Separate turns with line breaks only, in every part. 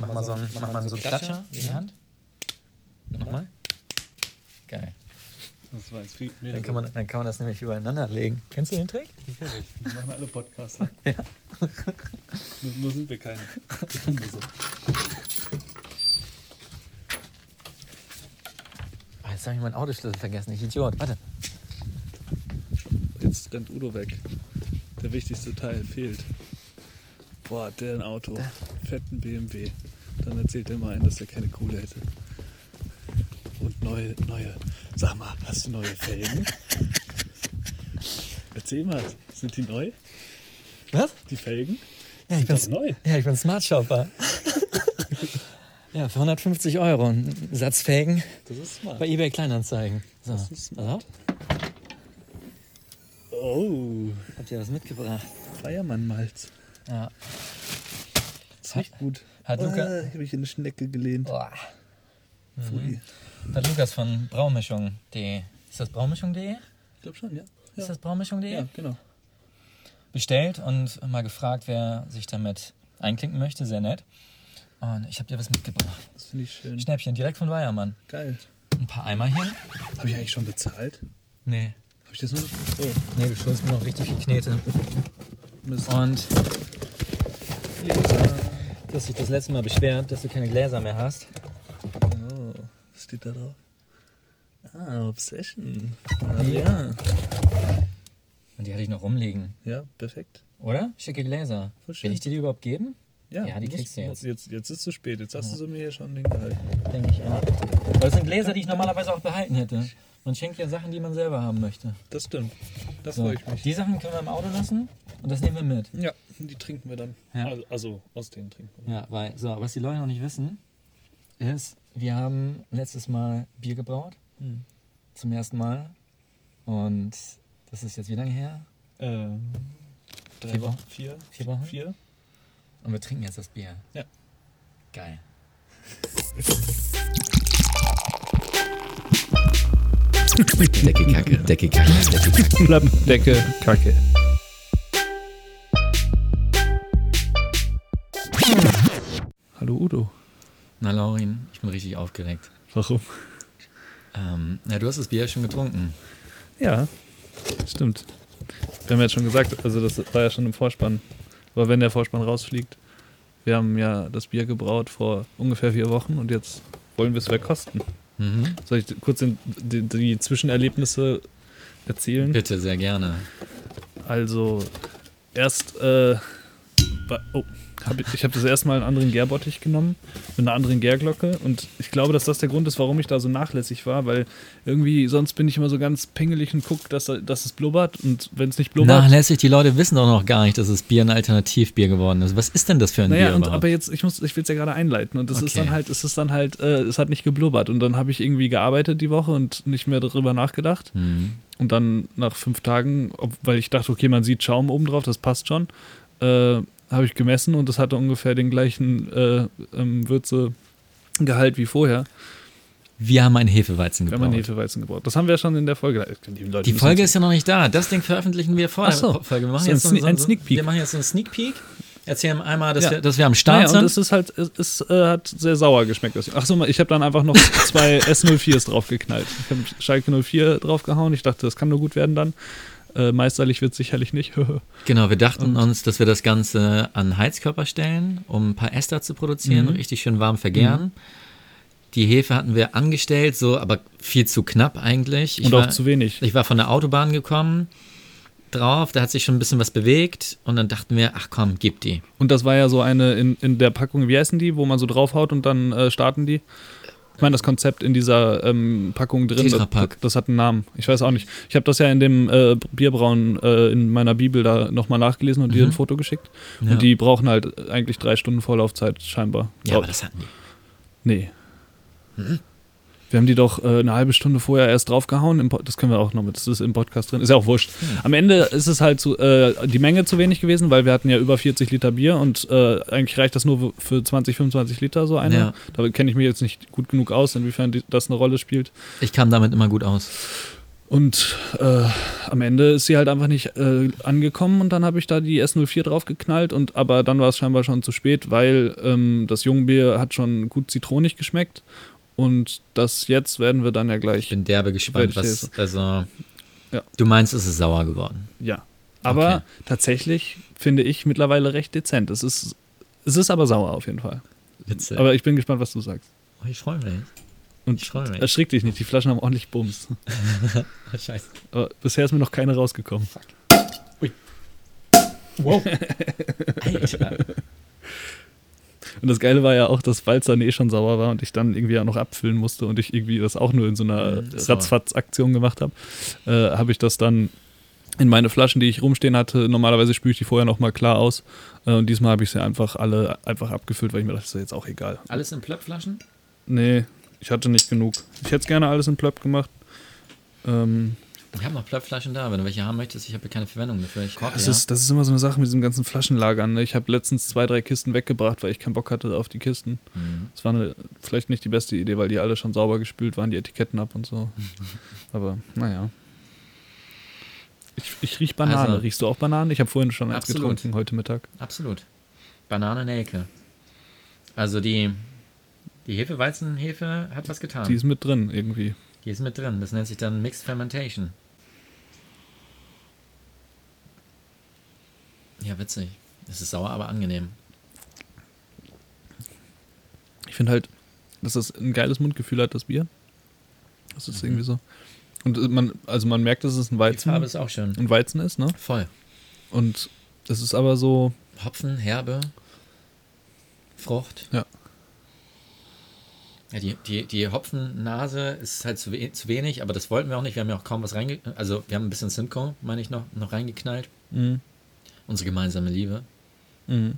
Mach mal so, einen- mach mal so einen Klatscher in die Hand. Nochmal. Geil.
Das war jetzt viel mehr.
Dann kann, man, dann kann man das nämlich übereinander legen. Kennst du den Trick?
Sicherlich. Wir machen alle Podcasts. ja.
Ja.
nur, nur sind wir keine. Wir tun nur so.
Ah, jetzt habe ich meinen Autoschlüssel vergessen, ich Idiot. Warte.
Jetzt rennt Udo weg. Der wichtigste Teil fehlt. Boah, hat der ein Auto. Fetten BMW. Dann erzählt er mal ein, dass er keine Kohle hätte. Und neue, neue. Sag mal, hast du neue Felgen? Erzähl mal, sind die neu?
Was?
Die Felgen?
Ja, ich
Sind
bin,
doch neu.
ja, ich bin Smart Shopper. ja, für 150 Euro. Ein Satz Felgen
Das ist smart.
bei eBay Kleinanzeigen. So.
Das ist
also,
Oh,
habt ihr was mitgebracht?
Feiermann-Malz.
Ja.
Das riecht gut.
Hat Luca-
Ah, habe ich in eine Schnecke gelehnt.
Boah. Mhm.
Pfui.
Hat Lukas von Braumischung.de. Ist das Braumischung.de?
Ich glaube schon, ja.
Ist
Ja,
das Braumischung.de?
ja genau.
bestellt und mal gefragt, wer sich damit einklinken möchte. Sehr nett. Und ich habe dir was mitgebracht.
Das finde ich schön.
Schnäppchen, direkt von Weiermann.
Geil.
Ein paar Eimer hier.
Habe ich eigentlich schon bezahlt?
Nee.
Habe ich das noch? Oh,
Nee, du schuldest mir noch richtig viel Knete.
Mist.
Und
Gläser.
du hast dich das letzte Mal beschwert, dass du keine Gläser mehr hast.
Oh, was steht da drauf? Ah, Obsession. Ah, ja.
Und die hatte ich noch rumliegen.
Ja, perfekt.
Oder? Schicke Gläser.
Voll schön.
Will ich dir die überhaupt geben? Ja, die
muss-
kriegst du jetzt.
muss- jetzt. Jetzt ist es zu spät. Jetzt hast du sie mir hier schon hingehalten.
Denke ich auch. Aber das sind Gläser, die ich normalerweise auch behalten hätte. Man schenkt ja Sachen, die man selber haben möchte.
Das stimmt. Da
So.
freue ich mich.
Die Sachen können wir im Auto lassen und das nehmen wir mit.
Ja, die trinken wir dann.
Ja.
Also, also aus denen trinken wir.
Ja, weil, so, was die Leute noch nicht wissen, ist, wir haben letztes Mal Bier gebraut,
Hm.
zum ersten Mal. Und das ist jetzt wie lange her?
Ähm, drei
Vier
Wochen.
Wochen?
Vier.
Vier Wochen?
Vier.
Und wir trinken jetzt das Bier.
Ja.
Geil.
Decke Kacke, Decke Kacke, Decke Kacke.
Decke, Kacke. Hallo Udo.
Na, Laurin, ich bin richtig aufgeregt.
Warum?
Ähm, na, du hast das Bier schon getrunken.
Ja, stimmt. Wir haben ja jetzt schon gesagt, also das war ja schon im Vorspann. Aber wenn der Vorspann rausfliegt, wir haben ja das Bier gebraut vor ungefähr vier Wochen und jetzt wollen wir es verkosten.
Mhm.
Soll ich kurz den, die, die Zwischenerlebnisse erzählen?
Bitte, sehr gerne.
Also, erst, äh, wa- oh, hab ich, ich habe das erstmal einen anderen Gärbottich genommen, mit einer anderen Gärglocke. Und ich glaube, dass das der Grund ist, warum ich da so nachlässig war, weil irgendwie sonst bin ich immer so ganz pingelig und guck, dass, da- dass es blubbert. Und wenn es nicht blubbert.
Nachlässig, die Leute wissen doch noch gar nicht, dass das Bier ein Alternativbier geworden ist. Was ist denn das für ein
naja,
Bier
und,
überhaupt?
aber jetzt, ich muss, ich will es ja gerade einleiten und es ist
Okay.
dann halt, es ist dann halt, äh, es hat nicht geblubbert und dann habe ich irgendwie gearbeitet die Woche und nicht mehr darüber nachgedacht.
mhm.
Und dann nach fünf Tagen, ob, weil ich dachte, okay, man sieht Schaum oben drauf, das passt schon, äh, habe ich gemessen und das hatte ungefähr den gleichen äh, ähm, Würzegehalt wie vorher,
Wir haben einen Hefeweizen
wenn
gebraut.
man Hefeweizen gebraucht. Das haben wir schon in der Folge. Die, Leute
Die
müssen-
Folge ist ja noch nicht da. Das Ding veröffentlichen wir vor
Ach so.
der Folge. Wir
So
machen
ein
jetzt
Sne- ein Sneak Peek.
Wir machen jetzt so einen Sneak Peek. Erzählen einmal, dass,
Ja.
wir, dass wir am
Naja,
Start
und es
sind.
ist halt, es, es äh, hat sehr sauer geschmeckt. Achso, ich habe dann einfach noch zwei S04s draufgeknallt. Ich habe Schalke 04 draufgehauen. Ich dachte, das kann nur gut werden dann. Äh, meisterlich wird sicherlich nicht.
Genau, wir dachten uns, dass wir das Ganze an Heizkörper stellen, um ein paar Ester zu
Mhm.
produzieren, richtig schön warm vergären. Die Hefe hatten wir angestellt, so, aber viel zu knapp eigentlich. Ich
und
war,
auch zu wenig.
ich war von der Autobahn gekommen drauf, da hat sich schon ein bisschen was bewegt und dann dachten wir, ach komm, gib die.
Und das war ja so eine in, in der Packung, wie heißen die, wo man so draufhaut und dann äh, starten die. Ich meine, das Konzept in dieser ähm, Packung drin, das,
Tetra Pak.
das hat einen Namen. Ich weiß auch nicht. Ich habe das ja in dem äh, Bierbrauen äh, in meiner Bibel da nochmal nachgelesen und dir ein Foto geschickt.
Mhm. Ja.
Und die brauchen halt eigentlich drei Stunden Vorlaufzeit scheinbar.
Ja,
Glaub-
aber das hatten die.
nee. Wir haben die doch äh, eine halbe Stunde vorher erst draufgehauen. Im Pod- das können wir auch noch mit. Das ist im Podcast drin. Ist ja auch wurscht. Am Ende ist es halt zu, äh, die Menge zu wenig gewesen, weil wir hatten ja über 40 Liter Bier und äh, eigentlich reicht das nur für 20, 25 Liter so eine.
Ja.
Da kenne ich mich jetzt nicht gut genug aus, inwiefern die, das eine Rolle spielt.
Ich kam damit immer gut aus.
Und äh, am Ende ist sie halt einfach nicht äh, angekommen und dann habe ich da die S04 draufgeknallt und aber dann war es scheinbar schon zu spät, weil ähm, das Jungbier hat schon gut zitronig geschmeckt und das jetzt werden wir dann ja
Ich
gleich.
bin derbe gespannt,
Werde ich
was. Also,
Ja.
du meinst, es ist sauer geworden.
Ja. Aber
Okay.
tatsächlich finde ich mittlerweile recht dezent. Es ist, es ist aber sauer auf jeden Fall.
Witzig.
Aber ich bin gespannt, was du sagst.
oh, ich freue mich.
Und
Ich freue mich.
erschrick dich nicht, die Flaschen haben ordentlich Bums.
Scheiße.
Aber bisher ist mir noch keine rausgekommen.
Wow. Alter.
Und das Geile war ja auch, dass Walzer eh schon sauer war und ich dann irgendwie auch noch abfüllen musste und ich irgendwie das auch nur in so einer
Mhm, das war-
Ratzfatz-Aktion gemacht habe, äh, habe ich das dann in meine Flaschen, die ich rumstehen hatte, normalerweise spüle ich die vorher nochmal klar aus äh, und diesmal habe ich sie einfach alle einfach abgefüllt, weil ich mir dachte, das ist jetzt auch egal.
Alles in Plöppflaschen?
Nee, ich hatte nicht genug. Ich hätte gerne alles in Plöpp gemacht. Ähm,
Ich habe noch Plöppflaschen da, wenn du welche haben möchtest. Ich habe hier keine Verwendung dafür. Ich koche
Das,
ja.
ist, das ist immer so eine Sache mit diesem ganzen Flaschenlagern. Ne? Ich habe letztens zwei, drei Kisten weggebracht, weil ich keinen Bock hatte auf die Kisten.
Mhm.
Das war eine, vielleicht nicht die beste Idee, weil die alle schon sauber gespült waren, die Etiketten ab und so. Aber naja. Ich, ich riech Banane.
Also-
Riechst du auch Bananen? Ich habe vorhin schon eins
Absolut.
getrunken heute Mittag.
Absolut. Bananenelke. Also die, die Hefe, Weizenhefe hat was getan.
Die ist mit drin irgendwie.
die ist mit drin. Das nennt sich dann Mixed Fermentation. Ja, witzig. Es ist sauer, aber angenehm.
Ich finde halt, dass das ein geiles Mundgefühl hat, das Bier. Das ist irgendwie so. Und man, also man merkt, dass es ein
Mhm. Die Farbe
Weizen,
ist auch schön.
ein Weizen ist, ne?
Voll.
Und es ist aber so,
Hopfen, Herbe, Frucht.
Ja.
Ja, die, die, die Hopfennase ist halt zu, we zu wenig, aber das wollten wir auch nicht. Wir haben ja auch kaum was reinge... Also wir haben ein bisschen Simcoe, meine ich, noch, noch reingeknallt.
mh,
Unsere gemeinsame Liebe.
mh.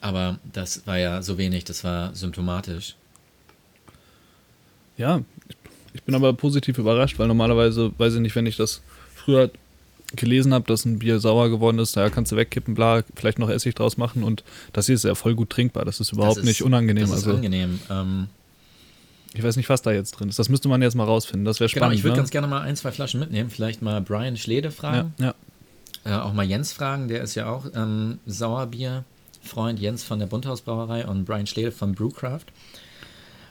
Aber das war ja so wenig, das war symptomatisch.
Ja, ich- ich bin aber positiv überrascht, weil normalerweise, weiß ich nicht, wenn ich das früher gelesen habe, dass ein Bier sauer geworden ist, naja, kannst du wegkippen, bla, vielleicht noch Essig draus machen und das hier ist ja voll gut trinkbar. Das ist überhaupt
Das ist-
nicht unangenehm.
Das ist
also
angenehm. Ähm,
ich weiß nicht, was da jetzt drin ist. Das müsste man jetzt mal rausfinden. Das wäre
genau,
spannend.
ich würde
ne?
ganz gerne mal ein, zwei Flaschen mitnehmen. Vielleicht mal Brian Schlede fragen.
ja, ja.
Äh, auch mal Jens fragen, der ist ja auch ähm, Sauerbier-Freund Jens von der Bunthausbrauerei und Brian Schlede von Brewcraft.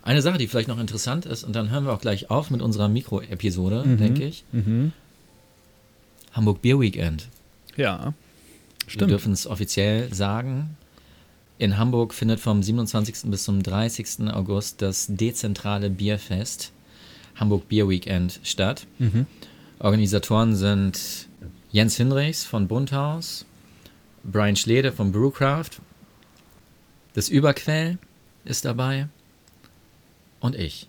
Eine Sache, die vielleicht noch interessant ist, und dann hören wir auch gleich auf mit unserer Mikro-Episode, denke ich.
Mhm.
Hamburg Beer Weekend.
Ja.
Wir
Stimmt.
dürfen es offiziell sagen. In Hamburg findet vom 27. bis zum 30. August das dezentrale Bierfest Hamburg Beer Weekend statt. Organisatoren sind Jens Hinrichs von Bunthaus, Brian Schlede von Brewcraft, das Überquell ist dabei und ich.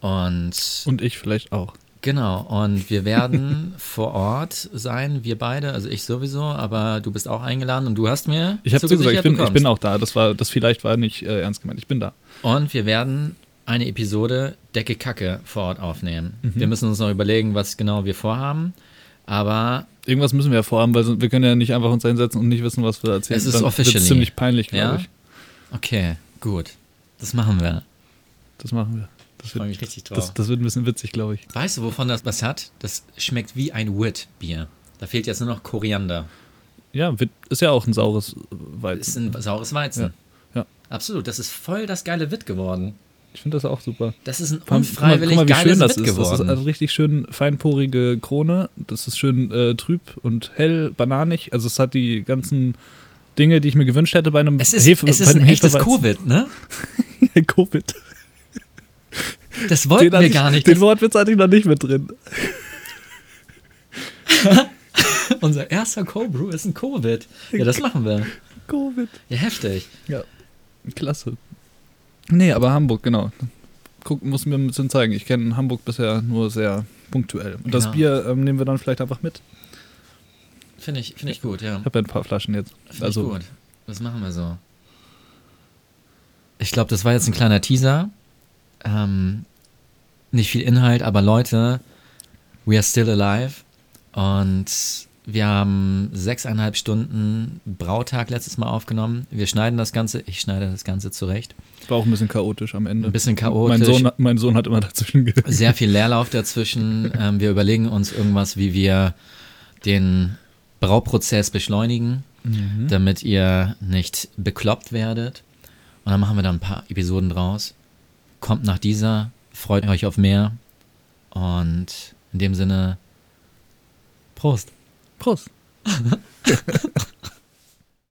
Und
Und ich vielleicht auch.
Genau, und wir werden vor Ort sein, wir beide, also ich sowieso, aber du bist auch eingeladen und du hast mir.
Ich habe zugesagt, ich
zugesichert,
bin,
du
ich bin
kommst.
auch da. Das war, das vielleicht war nicht äh, ernst gemeint. Ich bin da.
Und wir werden eine Episode Decke Kacke vor Ort aufnehmen.
Mhm.
Wir müssen uns noch überlegen, was genau wir vorhaben, aber
Irgendwas müssen wir ja vorhaben, weil sonst- wir können ja nicht einfach uns hinsetzen und nicht wissen, was wir erzählen.
Es ist
Dann wird's
officially.
ziemlich peinlich, glaube
Ja?
ich.
okay, gut. Das machen wir.
Das machen wir. Das
Ich freue mich
wird,
richtig drauf.
das, das wird ein bisschen witzig, glaube ich.
weißt du, wovon das was hat? Das schmeckt wie ein Wit-Bier. Da fehlt jetzt nur noch Koriander.
Ja, wird, ist ja auch ein saures äh,
Ist
Weizen.
ein saures Weizen.
Ja, ja.
Absolut, das ist voll das geile Wit geworden.
Ich finde das auch super.
Das ist ein
Vor allem,
unfreiwillig geiles
das
Wit
ist. Das ist also,
geworden.
eine richtig schön feinporige Krone. Das ist schön äh, trüb und hell, bananig. Also es hat die ganzen Dinge, die ich mir gewünscht hätte bei einem
Es ist,
Hefe-
es
bei
ist
einem
ein echtes Covid,
Hefeweizen.
ne?
Covid.
Das wollten
hatte
wir
ich,
gar nicht.
Den Wortwitz hatte ich noch nicht mit drin.
Unser erster Co-Brew ist ein Covid. Ja, das machen wir.
Covid.
Ja, heftig.
Ja, klasse. Nee, aber Hamburg, genau. Guck, muss mir ein bisschen zeigen. Ich kenne Hamburg bisher nur sehr punktuell. Und das
Genau.
Bier ähm, nehmen wir dann vielleicht einfach mit.
Finde ich, find ich gut, ja.
Ich habe ja ein paar Flaschen jetzt.
Finde ich
Also,
gut. Das machen wir so. Ich glaube, das war jetzt ein kleiner Teaser. Ähm, nicht viel Inhalt, aber Leute, we are still alive. Und Wir haben sechseinhalb Stunden Brautag letztes Mal aufgenommen. Wir schneiden das Ganze, ich schneide das Ganze zurecht.
War auch ein bisschen chaotisch am Ende.
Ein bisschen chaotisch. Also
Mein Sohn, mein Sohn hat immer dazwischen ge
Sehr viel Leerlauf dazwischen. ähm, wir überlegen uns irgendwas, wie wir den Brauprozess beschleunigen, damit ihr nicht bekloppt werdet. Und dann machen wir da ein paar Episoden draus. Kommt nach dieser, freut euch auf mehr. Und in dem Sinne, Prost.
Prost.